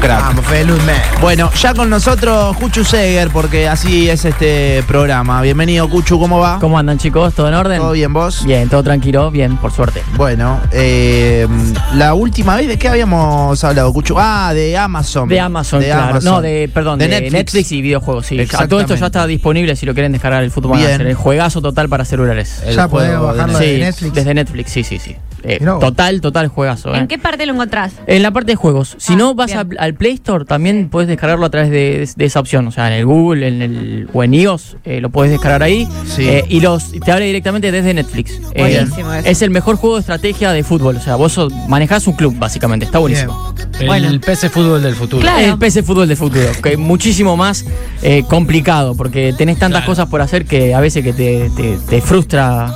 crack. Vamos, Felus, man. Bueno, ya con nosotros Juchu Seger, porque así es este programa. Bienvenido, Cuchu, ¿cómo va? ¿Cómo andan chicos? ¿Todo en orden? ¿Todo bien vos? Bien, todo tranquilo, bien, por suerte. Bueno, eh, la última vez, ¿de qué habíamos hablado, Cuchu? Ah, de Amazon. De Amazon, claro. No, de, perdón, de, Netflix. y videojuegos, sí. Ya- Todo esto Exactamente. ya está disponible si lo quieren descargar el Fútbol Bien. Manager, el juegazo total para celulares. El Ya podés juego de bajarlo de Sí, Netflix. Desde Netflix, sí, sí, sí. Eh, Mirá vos. total, total juegazo. eh. ¿En qué parte lo encontrás? En la parte de juegos. Si Ah, no, vas bien. a- al Play Store, también puedes descargarlo a través de, de esa opción. O sea, en el Google, en el, o en iOS, eh, lo puedes descargar ahí. Sí. Eh, y los te abre directamente desde Netflix. Eh, Buenísimo eso. es el mejor juego de estrategia de fútbol. O sea, vos sos- manejás un club, básicamente. Está buenísimo. El Bueno. PC Fútbol del futuro. Claro. El PC Fútbol de futuro, que es muchísimo más eh, complicado, porque tenés tantas Claro. cosas por hacer que a veces que te, te- te frustra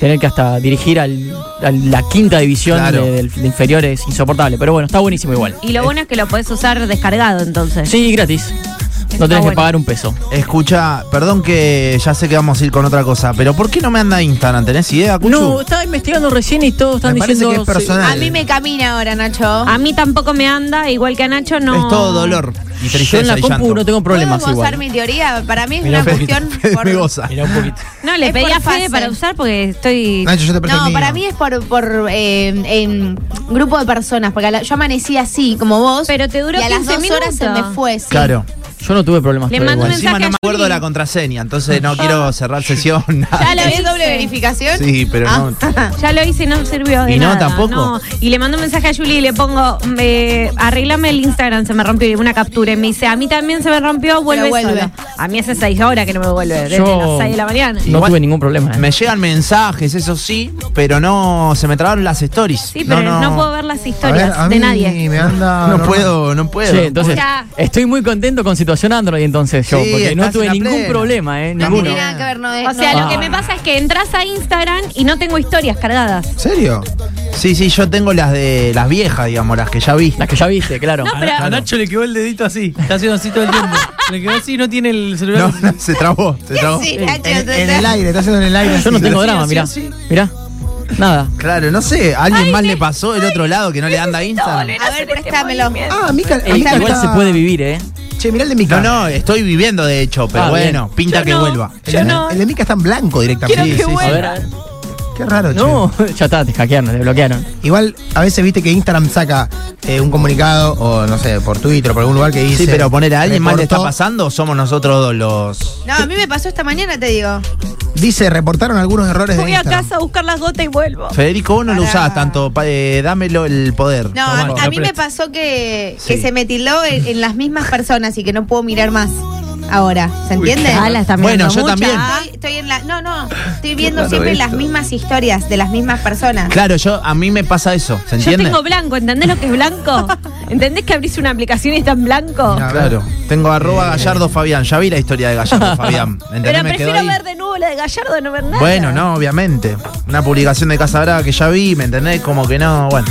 tener que hasta dirigir al- a la quinta división Claro. de, del- de inferiores insoportable. Pero bueno, está buenísimo igual. Y lo bueno es que lo podés usar descargado entonces. Sí, gratis. No tenés que bueno. pagar un peso. Escucha, perdón que ya sé que vamos a ir con otra cosa, pero ¿por qué no me anda Instagram? ¿Tenés idea, Cuchu? No, estaba investigando recién y todos están Me parece diciendo. que es sí. personal. A mí me camina ahora, Nacho. A mí tampoco me anda, igual que a Nacho no. Es todo dolor y Yo tristeza en la y compu llanto. no tengo problemas ¿Puedo gozar igual. mi teoría? Para mí es Mirá una un poquito. cuestión. por- Me goza. Mirá un poquito. No, le Es pedí por a Fede fase. para usar porque estoy. Nacho, yo te presto el No, mío. para mí es por, por eh, en grupo de personas, porque a la- yo amanecí así, como vos. Pero te duró y a las 15 dos horas se me minutos. fue. sí. Claro. Yo no tuve problemas. Le pero mando igual. un Encima no Mensaje me a acuerdo Juli. la contraseña, entonces no Ah. quiero cerrar sesión. nada. ¿Ya la ves doble Sí. verificación? Sí, pero Ah. no. Ya lo hice y no sirvió de Y no, nada, tampoco. Y le mando un mensaje a Julie y le pongo, mm, eh, arreglame el Instagram, se me rompió y una captura. Y me dice, a mí también se me rompió, vuelve, vuelve. solo. A mí hace seis horas que no me vuelve, desde Yo- las seis de la mañana. No Igual- tuve ningún problema. eh. Me llegan mensajes, eso sí, pero no se me trabaron las stories. Sí, pero no, puedo ver las A historias ver, a de mí nadie. me anda. No normal. puedo, no puedo. Sí, entonces, Ya. estoy muy contento con situación Android entonces yo, Sí, porque no estás en tuve la ningún plena. problema, eh, No ninguno. tiene nada que ver, no es. O sea, no. lo que me pasa es que entras a Instagram y no tengo historias cargadas. ¿En serio? Sí, sí, yo tengo las de las viejas, digamos, las que ya vi. Las que ya viste, claro. No, pero- A Nacho le quedó el dedito así. Está haciendo así todo el tiempo. Le quedó así y no tiene el No, celular. no, se trabó, se trabó. Sí, Nacho, En, en el ¿entendés? aire, está haciendo en el aire. Yo no así. tengo sí, drama, sí, mirá. sí. Mirá. Nada. Claro, no sé, ¿a alguien Ay, más me- le pasó del otro lado que no le anda Instagram. A este ver, préstamelo. Ah, Mica, a El Mica igual está- se puede vivir, eh. Che, mirá el de Mica. No, no, estoy viviendo de hecho, pero Ah, bien. bueno, pinta Yo que no. vuelva. El, Yo de, no. el de Mica está en blanco directamente. Quiero Sí, que sí, sí. A ver, vuelva. a ver. Qué raro, che. No, ya está, te hackearon, te bloquearon. Igual, a veces viste que Instagram saca eh, un comunicado, o no sé, por Twitter o por algún lugar que dice. Sí, pero poner a alguien más le está reportó- pasando o somos nosotros dos los. No, a mí me pasó esta mañana, te digo. Dice, reportaron algunos errores de Voy a Instagram. casa a buscar las gotas y vuelvo. Federico, vos no lo Pará. usás tanto, pa- eh, dámelo el poder. No, a, Tomá, a lo mí me presto. pasó que, que Sí. se me tildó en, en las mismas personas y que no puedo mirar más ahora. ¿Se entiende? Ah, la está mirando Bueno, yo mucha. también. Ah, Estoy, estoy en la. No, no. Estoy viendo siempre las mismas historias de las mismas personas. Claro, yo a mí me pasa eso, ¿se Yo entiende? tengo blanco, ¿entendés lo que es blanco? ¿Entendés que abrís una aplicación y está en blanco? No, Claro, tengo arroba Eh. Gallardo Fabián, ya vi la historia de Gallardo Fabián. ¿entendés? Pero Me quedo prefiero ahí. ver de nuevo la de Gallardo, no ver nada. Bueno, no, obviamente. Una publicación de Casa Brava que ya vi, ¿me entendés? Como que no, bueno.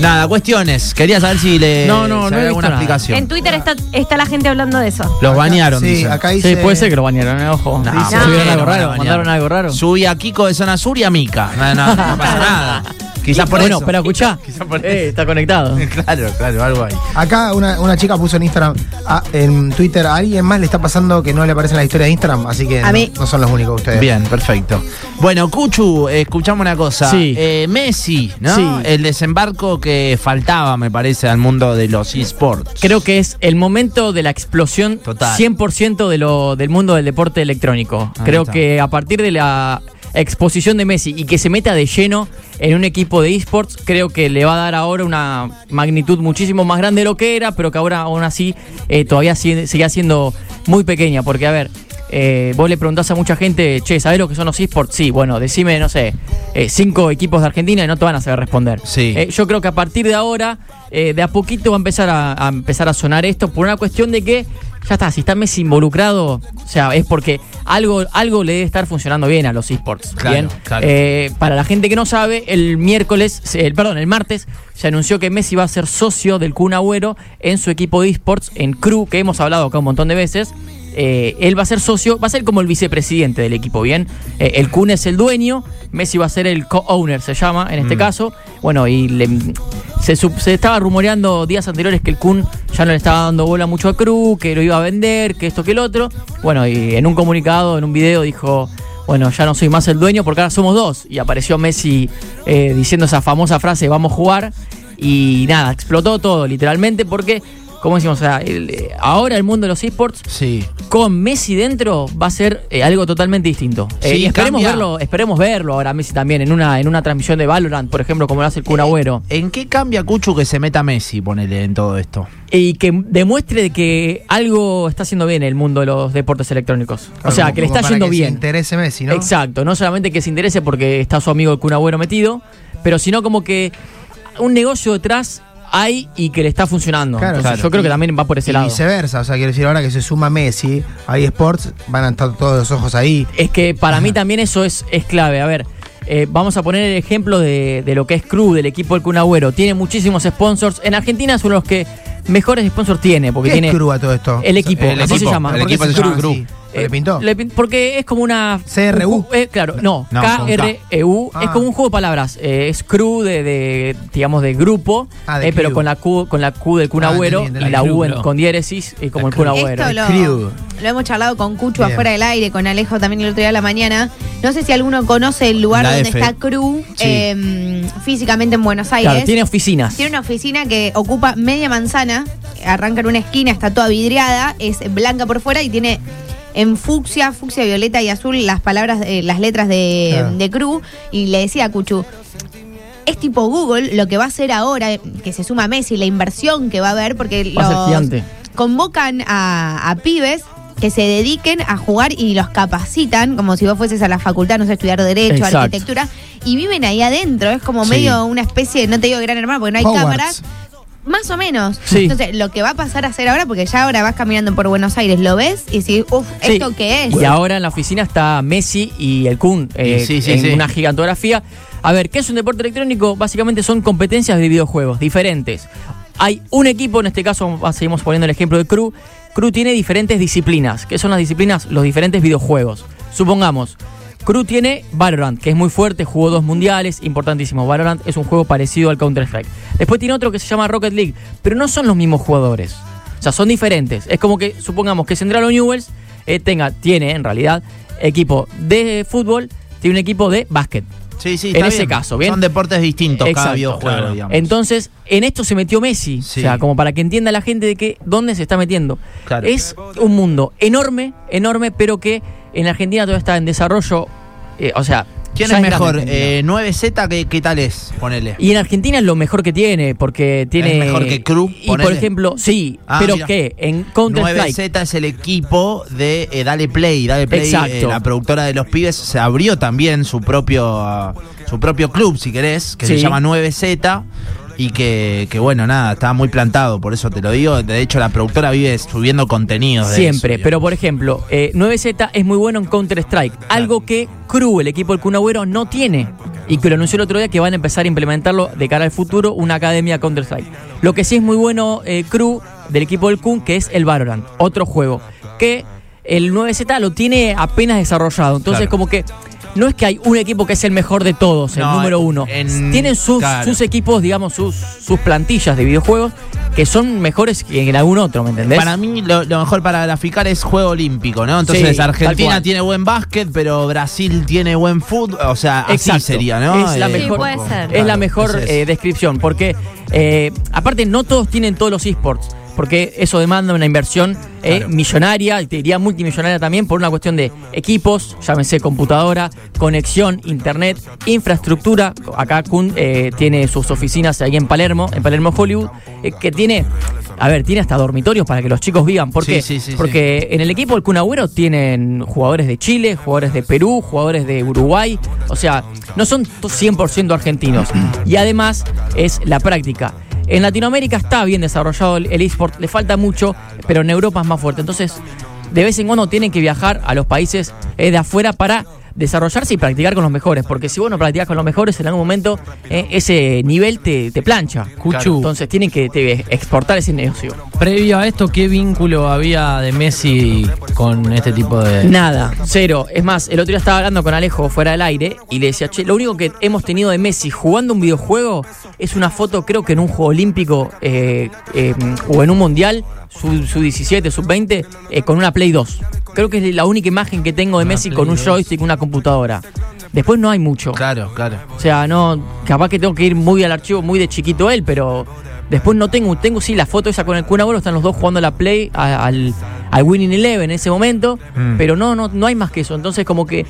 Nada, cuestiones. Quería saber si le No, no, si no he había visto alguna nada. explicación. En Twitter está, está la gente hablando de eso. Los bañaron, Sí, dice. acá dice. Sí, puede ser que lo bañaron, eh, ojo. No, Sí, no, subieron no, no, algo raro, bañaron. mandaron algo raro. Subí a Kiko de Zona Sur y a Mica. No, no, no pasa nada. Quizás Ah, por bueno, eso. pero escuchá. Eh, está conectado. Claro, claro, algo ahí. Acá una, una chica puso en Instagram, ah, en Twitter, a alguien más le está pasando que no le aparecen las historias de Instagram, así que A no, mí. no son los únicos ustedes. Bien, perfecto. Bueno, Cuchu, eh, escuchame una cosa. Sí. Eh, Messi, ¿no? Sí. El desembarco que faltaba, me parece, al mundo de los esports. Creo que es el momento de la explosión Total. 100% de lo, del mundo del deporte electrónico. Ahí Creo está. que a partir de la exposición de Messi y que se meta de lleno en un equipo de esports, creo que le va a dar ahora una magnitud muchísimo más grande de lo que era, pero que ahora aún así eh, todavía sigue, sigue siendo muy pequeña. Porque, a ver, eh, vos le preguntás a mucha gente, che, ¿sabés lo que son los esports? Sí, bueno, decime, no sé, eh, cinco equipos de Argentina y no te van a saber responder. Sí. Eh, yo creo que a partir de ahora, eh, de a poquito va a empezar a, a empezar a sonar esto por una cuestión de que ya está, si está Messi involucrado, o sea, es porque algo, algo le debe estar funcionando bien a los esports. Claro, ¿bien? claro. Eh, para la gente que no sabe, el miércoles, se- el, perdón, el martes se anunció que Messi va a ser socio del Kun Agüero en su equipo de esports en Crew, que hemos hablado acá un montón de veces. eh, él va a ser socio, va a ser como el vicepresidente del equipo, ¿bien? Eh, el Kun es el dueño, Messi va a ser el co-owner, se llama en este caso. Bueno, y le- se, sup- se estaba rumoreando días anteriores que el Kun ya no le estaba dando bola mucho a Cruz, que lo iba a vender, que esto, que el otro. Bueno, y en un comunicado, en un video dijo... Bueno, ya no soy más el dueño porque ahora somos dos. Y apareció Messi eh, diciendo esa famosa frase, vamos a jugar. Y nada, explotó todo, literalmente, porque, como decimos, O sea, el- eh, ahora el mundo de los esports, Sí. con Messi dentro, va a ser eh, algo totalmente distinto. Eh, Sí, y esperemos cambia. verlo, esperemos verlo ahora a Messi también en una, en una transmisión de Valorant, por ejemplo, como lo hace el Eh. Kun Agüero. ¿En qué cambia Cuchu que se meta Messi, ponele, en todo esto? Y que demuestre que algo está haciendo bien el mundo de los deportes electrónicos. o sea, que le está yendo bien. Interese Messi, ¿no? Exacto, no solamente que se interese porque está su amigo el Kun Agüero metido, pero sino como que un negocio detrás hay y que le está funcionando. Claro, Entonces, claro. Yo creo que también va por ese Y lado. viceversa, o sea, quiero decir, ahora que se suma Messi a eSports, van a estar todos los ojos ahí. Es que para mí también eso es, es clave. A ver, eh, vamos a poner el ejemplo de, de lo que es Crew, del equipo del Kun Agüero. Tiene muchísimos sponsors. En Argentina es uno de los que mejores sponsors tiene, porque ¿Qué tiene es Crua todo esto? el equipo, El así equipo, se llama. el ¿Por qué equipo se es el llama Crew. así? ¿Le Eh, pintó? le pin- porque es como una. CRU. un ju- eh, claro, no. No, con K. KREU. Es Ah. como un juego de palabras. eh, es crew de, de, digamos, de grupo. Ah, de eh, pero crew. con la Q, con la Q del Kun Ah, Agüero entendí, entendí. y la La U crew, en- bro. con diéresis y como el Kun Esto Agüero. Crew. lo, lo hemos charlado con Cucho Bien. afuera del aire, con Alejo también el otro día a la mañana. No sé si alguno conoce el lugar La donde F. está Crew Sí. eh, físicamente en Buenos Aires. Claro, tiene oficinas. Tiene una oficina que ocupa media manzana, arranca en una esquina, está toda vidriada, es blanca por fuera y tiene en fucsia, fucsia, violeta y azul las palabras, eh, las letras de, Claro. de Cruz. Y le decía a Cuchu, es tipo Google lo que va a hacer ahora, eh, que se suma Messi, la inversión que va a haber, porque Va a ser los gigante. convocan a, a pibes que se dediquen a jugar y los capacitan, como si vos fueses a la facultad, no sé, estudiar Derecho, Exacto. Arquitectura, y viven ahí adentro, es como Sí. medio una especie, no te digo gran hermano, porque no hay Hogwarts. cámaras, más o menos. Sí. Entonces, lo que va a pasar a hacer ahora, porque ya ahora vas caminando por Buenos Aires, lo ves y decís, uff, Sí. ¿esto qué es? Y ahora en la oficina está Messi y el Kun eh, Sí, sí, en sí. una gigantografía. A ver, ¿qué es un deporte electrónico? Básicamente son competencias de videojuegos diferentes. Hay un equipo, en este caso ah, seguimos poniendo el ejemplo de Crew. Crew tiene diferentes disciplinas. ¿Qué son las disciplinas? Los diferentes videojuegos. Supongamos, Crew tiene Valorant, que es muy fuerte, jugó dos mundiales, importantísimo. Valorant es un juego parecido al Counter-Strike. Después tiene otro que se llama Rocket League, pero no son los mismos jugadores. O sea, son diferentes. Es como que, supongamos que Central o Newells eh, tenga, tiene en realidad, equipo de fútbol, tiene un equipo de básquet. Sí, sí, En ese caso, ¿bien? Son deportes distintos cada Exacto, videojuego, claro. digamos. Entonces, en esto se metió Messi. Sí. O sea, como para que entienda la gente de que dónde se está metiendo. Claro. Es un mundo enorme, enorme, pero que en Argentina todavía está en desarrollo. eh, o sea, ¿Quién ya es grande mejor? Argentina. Eh, 9Z, ¿qué, qué tal es? Ponele. Y en Argentina es lo mejor que tiene, porque tiene. ¿Es mejor que Cruz, Y por ponele? ejemplo, sí, Ah, pero mira. que en Counter Strike. 9Z es el equipo de eh, Dale Play. Dale Play, Exacto. eh, la productora de los pibes, se abrió también su propio, ah, su propio club, si querés, que se Sí. llama 9Z. Y que, que, bueno, nada, estaba muy plantado, por eso te lo digo. De hecho, la productora vive subiendo contenidos. de Siempre, eso, pero por ejemplo, eh, 9Z es muy bueno en Counter-Strike, algo que Crew, el equipo del Kun Agüero, no tiene. Y que lo anunció el otro día que van a empezar a implementarlo de cara al futuro, una academia Counter-Strike. Lo que sí es muy bueno eh, Crew, del equipo del Kun, que es el Valorant, otro juego, que el 9Z lo tiene apenas desarrollado. Entonces, Claro. como que no es que hay un equipo que es el mejor de todos, el No, número uno. en- Tienen sus, claro. sus equipos, digamos, sus, sus plantillas de videojuegos que son mejores que en algún otro, ¿me entendés? Para mí lo, lo mejor para graficar es juego olímpico, ¿no? Entonces Sí, tal Argentina cual. tiene buen básquet, pero Brasil tiene buen fútbol. O sea, Exacto. así sería, ¿no? Es la Eh, mejor, Sí, puede ser. es la Claro, mejor ese es. eh, descripción, porque eh, aparte no todos tienen todos los esports, porque eso demanda una inversión eh, Claro. millonaria, y te diría multimillonaria también, por una cuestión de equipos, llámese computadora, conexión, internet, infraestructura. Acá Kun eh, tiene sus oficinas ahí en Palermo, en Palermo Hollywood, eh, que tiene... A ver, tiene hasta dormitorios para que los chicos vivan. ¿Por Sí, qué? sí, sí, sí. Porque eh, en el equipo del Kun Agüero tienen jugadores de Chile, jugadores de Perú, jugadores de Uruguay. O sea, no son to- 100% argentinos. Y además es la práctica. En Latinoamérica está bien desarrollado el el eSport, le falta mucho, pero en Europa es más fuerte. Entonces, de vez en cuando tienen que viajar a los países eh, de afuera para desarrollarse y practicar con los mejores. Porque si vos no practicás con los mejores, en algún momento eh, ese nivel te, te plancha. Cuchu. Entonces tienen que te- exportar ese negocio. Previo a esto, ¿qué vínculo había de Messi con este tipo de.? Nada, Eh, cero. Es más, el otro día estaba hablando con Alejo fuera del aire y le decía, che, lo único que hemos tenido de Messi jugando un videojuego es una foto, creo que en un juego olímpico eh, eh, o en un mundial, su, su 17, sub 20, eh, con una Play 2. Creo que es la única imagen que tengo de Una Messi Play con un 2. joystick, una computadora. Después no hay mucho. Claro, claro. O sea, no, capaz que tengo que ir muy al archivo, muy de chiquito él, pero después no tengo, tengo sí la foto esa con el Kun Agüero, están los dos jugando a la Play, a- al, al Winning Eleven en ese momento, Mm. pero no, no, no hay más que eso. Entonces como que,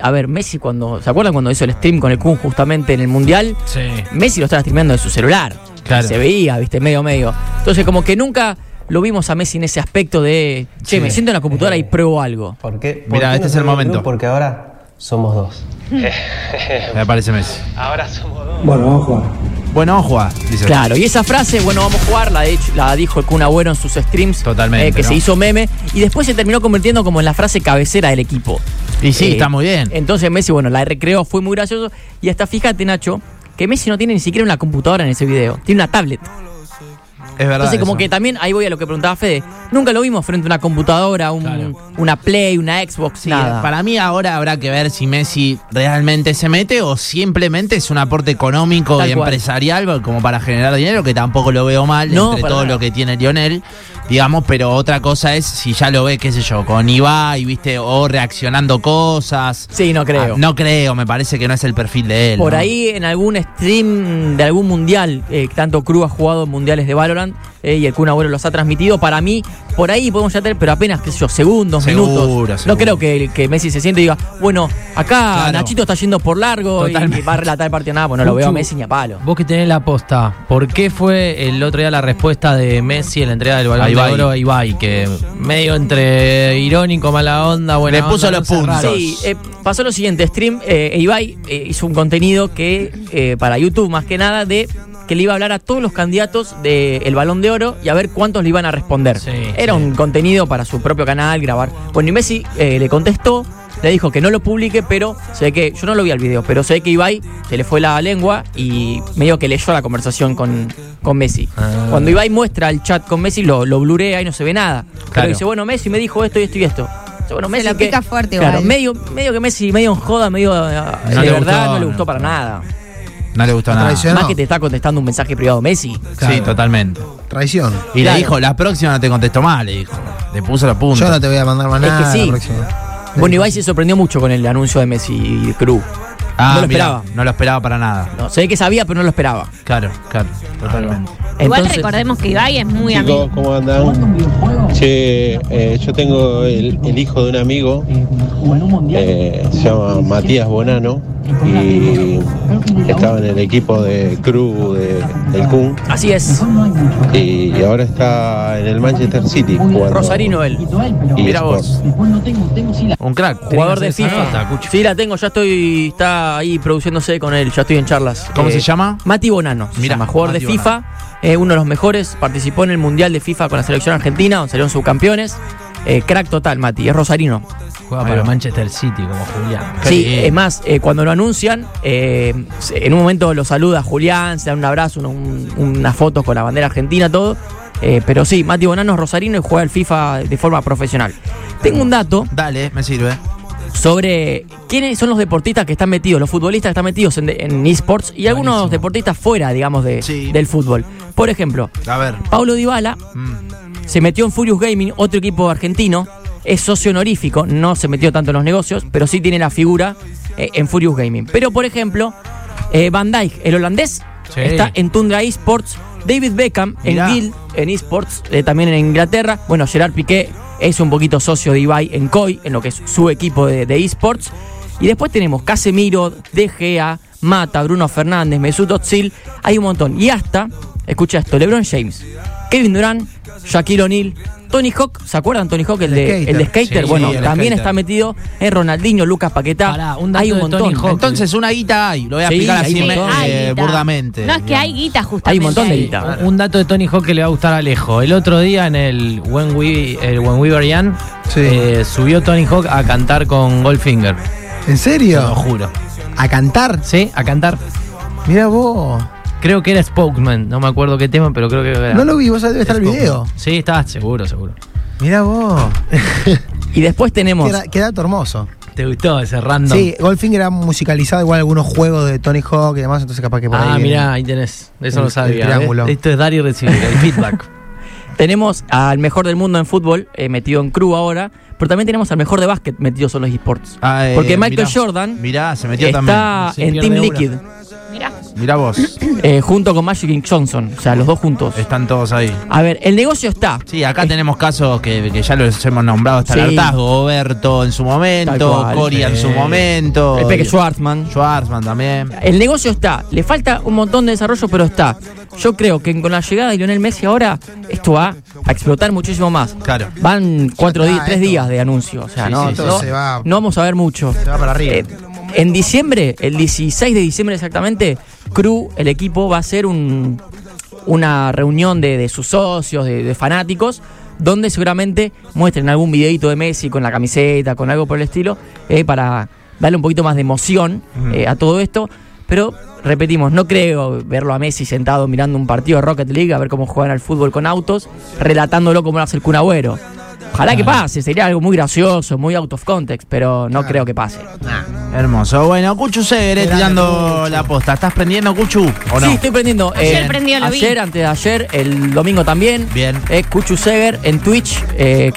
a ver, Messi cuando, ¿se acuerdan cuando hizo el stream con el Kun justamente en el Mundial? Sí. Messi lo estaba streameando de su celular. Claro. Se veía, viste, medio medio. Entonces como que nunca lo vimos a Messi en ese aspecto de, che, me siento en la computadora y pruebo algo. ¿Por qué? ¿Por Mirá, qué este es el somos un momento. club? Porque ahora somos dos. Me parece Messi. Ahora somos dos. Bueno, vamos a jugar. Bueno, vamos a jugar, dice. Claro, y esa frase, bueno, vamos a jugar, la, de hecho- la dijo el Kun Agüero en sus streams. Totalmente, eh, que ¿no? se hizo meme. Y después se terminó convirtiendo como en la frase cabecera del equipo. Y sí, Eh, está muy bien. Entonces Messi, bueno, la recreó, fue muy gracioso. Y hasta fíjate, Nacho, que Messi no tiene ni siquiera una computadora en ese video. Tiene una tablet. Es verdad. Entonces, como eso. que también, ahí voy a lo que preguntaba Fede. Nunca lo vimos frente a una computadora, un- Claro. una Play, una Xbox, Sí, nada. Para mí ahora habrá que ver si Messi realmente se mete o simplemente es un aporte económico Tal y cual. empresarial como para generar dinero, que tampoco lo veo mal No, entre para todo nada. lo que tiene Lionel, digamos, pero otra cosa es si ya lo ve, qué sé yo, con Ibai, viste, o reaccionando cosas. Sí, no creo. Ah, no creo, me parece que no es el perfil de él. Por ¿no? ahí en algún stream de algún mundial, eh, que tanto Cruz ha jugado en mundiales de Valorant eh, y el Kun Agüero los ha transmitido, para mí, por ahí podemos ya tener, pero apenas, qué sé yo, segundos, Seguro, minutos. seguro. No creo que, que Messi se siente y diga, bueno, acá Claro. Nachito está yendo por largo y- y Totalmente. va a relatar el partido, nada, pues no lo veo a Puchu, Messi ni a palo. Vos que tenés la posta, ¿por qué fue el otro día la respuesta de Messi en la entrega del balón A de Ibai. oro a Ibai? Que medio entre irónico, mala onda, buena Le puso onda, los no sé, puntos. raro. Sí, eh, pasó lo siguiente, Stream, eh, Ibai eh, hizo un contenido que eh, para YouTube más que nada de que le iba a hablar a todos los candidatos del Balón de Oro y a ver cuántos le iban a responder. Sí, Era sí. un contenido para su propio canal, grabar. Bueno, y Messi eh, le contestó, le dijo que no lo publique, pero se ve que, yo no lo vi al video, pero se ve que Ibai se le fue la lengua y medio que leyó la conversación con, con Messi. Ah. Cuando Ibai muestra el chat con Messi, lo, lo blurea y no se ve nada. Pero Claro. dice, bueno, Messi me dijo esto y esto y esto. Dice, Bueno, Se la que- pica fuerte Claro, igual. medio, medio que Messi, medio en joda, medio ah, No de le verdad gustó, no le no. gustó para nada. No le gustó La nada. traición. Más no. que te está contestando un mensaje privado Messi. Sí, Claro. totalmente. Traición. Y Claro. le dijo, la próxima no te contesto mal, le dijo. Le puso la punta. Yo no te voy a mandar más Es que nada. la sí. próxima. Bueno, Ibai se sorprendió mucho con el anuncio de Messi y de Cruz. Ah, no lo mirá, esperaba. no lo esperaba para nada. No, sé que sabía, pero no lo esperaba. Claro, claro, totalmente. Igual Entonces- recordemos que Ibai es muy Chicos, amigo. ¿cómo andan? Che, eh, yo tengo el, el hijo de un amigo, eh, se llama Matías Bonano, y estaba en el equipo de crew de, del Kun, Así es, y ahora está en el Manchester City jugando. Rosarino él, y Mirá vos. Sports. Un crack. jugador de Tenés que hacer esa FIFA. Ah, nota, Cucho. Sí, la tengo, ya estoy, está ahí produciéndose con él, ya estoy en charlas. ¿Cómo Eh, se llama? Mati Bonano, se Mirá, llama, jugador de Mati FIFA, eh, uno de los mejores, participó en el Mundial de FIFA con la selección argentina, donde salieron subcampeones. Eh, crack total, Mati, es rosarino. Juega Ahí para va. Manchester City como Julián. Qué Sí, bien. es más, eh, cuando lo anuncian, eh, se- en un momento lo saluda Julián, se dan un abrazo, un- un- unas fotos con la bandera argentina, todo. Eh, pero sí, Mati Bonano es rosarino y juega al FIFA de forma profesional. Tengo un dato Dale, me sirve. sobre quiénes son los deportistas que están metidos, los futbolistas que están metidos en, en esports y algunos Buenísimo. deportistas fuera, digamos, de, Sí. del fútbol. Por ejemplo, A ver. Paulo Dybala mm, se metió en Furious Gaming, otro equipo argentino. Es socio honorífico, no se metió tanto en los negocios, pero sí tiene la figura eh, en Furious Gaming. Pero, por ejemplo, eh, Van Dijk, el holandés, Sí. está en Tundra Esports. David Beckham Mirá. en Guild, en Esports, eh, también en Inglaterra. Bueno, Gerard Piqué es un poquito socio de Ibai en COI, en lo que es su equipo de, de Esports. Y después tenemos Casemiro, De Gea, Mata, Bruno Fernández, Mesut Özil, hay un montón. Y hasta, escucha esto, LeBron James, Kevin Durant, Shaquille O'Neal, Tony Hawk, ¿se acuerdan Tony Hawk, El el, de, skater. el de skater? Sí, bueno, el también skater. está metido en Ronaldinho, Lucas Paquetá, Pará, un dato hay un de Tony montón. Hawk. Entonces, una guita hay. Lo voy a Sí, explicar hay así un me- montón. eh, Hay guita. burdamente. No, es que hay guita justamente. Hay un montón de ahí. guita. Eh, Un dato de Tony Hawk que le va a gustar a Alejo. El otro día en el When We, el When We Were Young, Sí. eh, subió Tony Hawk a cantar con Goldfinger. ¿En Te lo serio? juro. ¿A cantar? Sí, a cantar. Mira vos. Creo que era Spokesman, no me acuerdo qué tema, pero creo que era. No lo vi, vos sabés, debe estar el Spokesman. video. Sí, está, seguro, seguro. Mira vos. Y después tenemos. Qué, da- qué dato hermoso. ¿Te gustó ese random? Sí, Goldfinger ha musicalizado igual algunos juegos de Tony Hawk y demás, entonces capaz que por ahí. eh, Ah, viene. mirá, ahí tenés. Eso El- lo sabía. el triángulo. ¿ves? Esto es dar y recibir, el feedback. Tenemos al mejor del mundo en fútbol, eh, metido en crew ahora, pero también tenemos al mejor de básquet metido en los esports. Ah, eh, Porque Michael mirá. Jordan Mirá, se metió está Se también. en pierde Team una. Liquid, Mirá. Mirá vos. eh, junto con Magic King Johnson, o sea, los dos juntos. Están todos ahí. A ver, el negocio está. Sí, acá tenemos casos que, que ya los hemos nombrado hasta el Sí. hartazgo. Oberto en su Tal momento, cual. Coria en Sí. su momento. El Peque Schwartzman. Schwarzman también. El negocio está, le falta un montón de desarrollo, pero está. Yo creo que con la llegada de Lionel Messi ahora, esto va a explotar muchísimo más. Claro. Van cuatro está, días, tres esto. días de anuncio. O sea, Sí, no, sí, sí. no- Se va- no vamos a ver mucho. Se va para arriba. Eh, en diciembre, el 16 de diciembre exactamente, Cru, el equipo, va a hacer un- una reunión de, de sus socios, de, de fanáticos, donde seguramente muestren algún videito de Messi con la camiseta, con algo por el estilo, eh, para darle un poquito más de emoción eh, a todo esto. Pero, repetimos, no creo verlo a Messi sentado mirando un partido de Rocket League, a ver cómo juegan al fútbol con autos, relatándolo como lo hace el Kun Agüero. Ojalá que pase, sería algo muy gracioso, muy out of context, pero no creo que pase. Hermoso. Bueno, Cuchu Segre Grande, tirando Cuchu. la posta. ¿Estás prendiendo, Cuchu? ¿O no? Sí, estoy prendiendo. eh, Ayer prendió, lo vi. Ayer, antes de ayer, el domingo también. Bien. Eh, Cuchu Seger en Twitch, eh,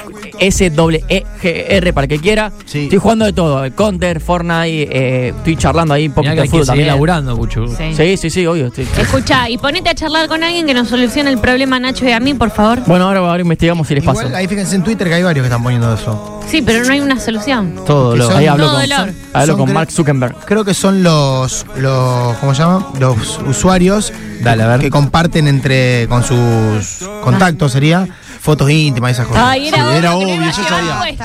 S-E-G-R para el que quiera. Sí. Estoy jugando de todo, eh, Counter, Fortnite, eh, estoy charlando ahí un poquito Mirá que hay de que fútbol seguir también. laburando, Cuchu. Sí, sí, sí, obvio. estoy- Escucha, y ponete a charlar con alguien que nos solucione el problema, Nacho y a mí, por favor. Bueno, ahora, ahora investigamos si les paso. Igual, ahí fíjense en Twitter que hay varios que están poniendo eso. Sí, pero no hay una solución. Todo que dolor. son- Ahí hablo Todo con, dolor. hablo Son con cre- Mark Zuckerberg. Creo que son los, los ¿cómo se llama? Los usuarios Dale, a ver. que comparten entre con sus contactos sería fotos íntimas y esas cosas. Ay, era, obvio Sí, era que le obvio, iba a yo llevar sabía. puesto.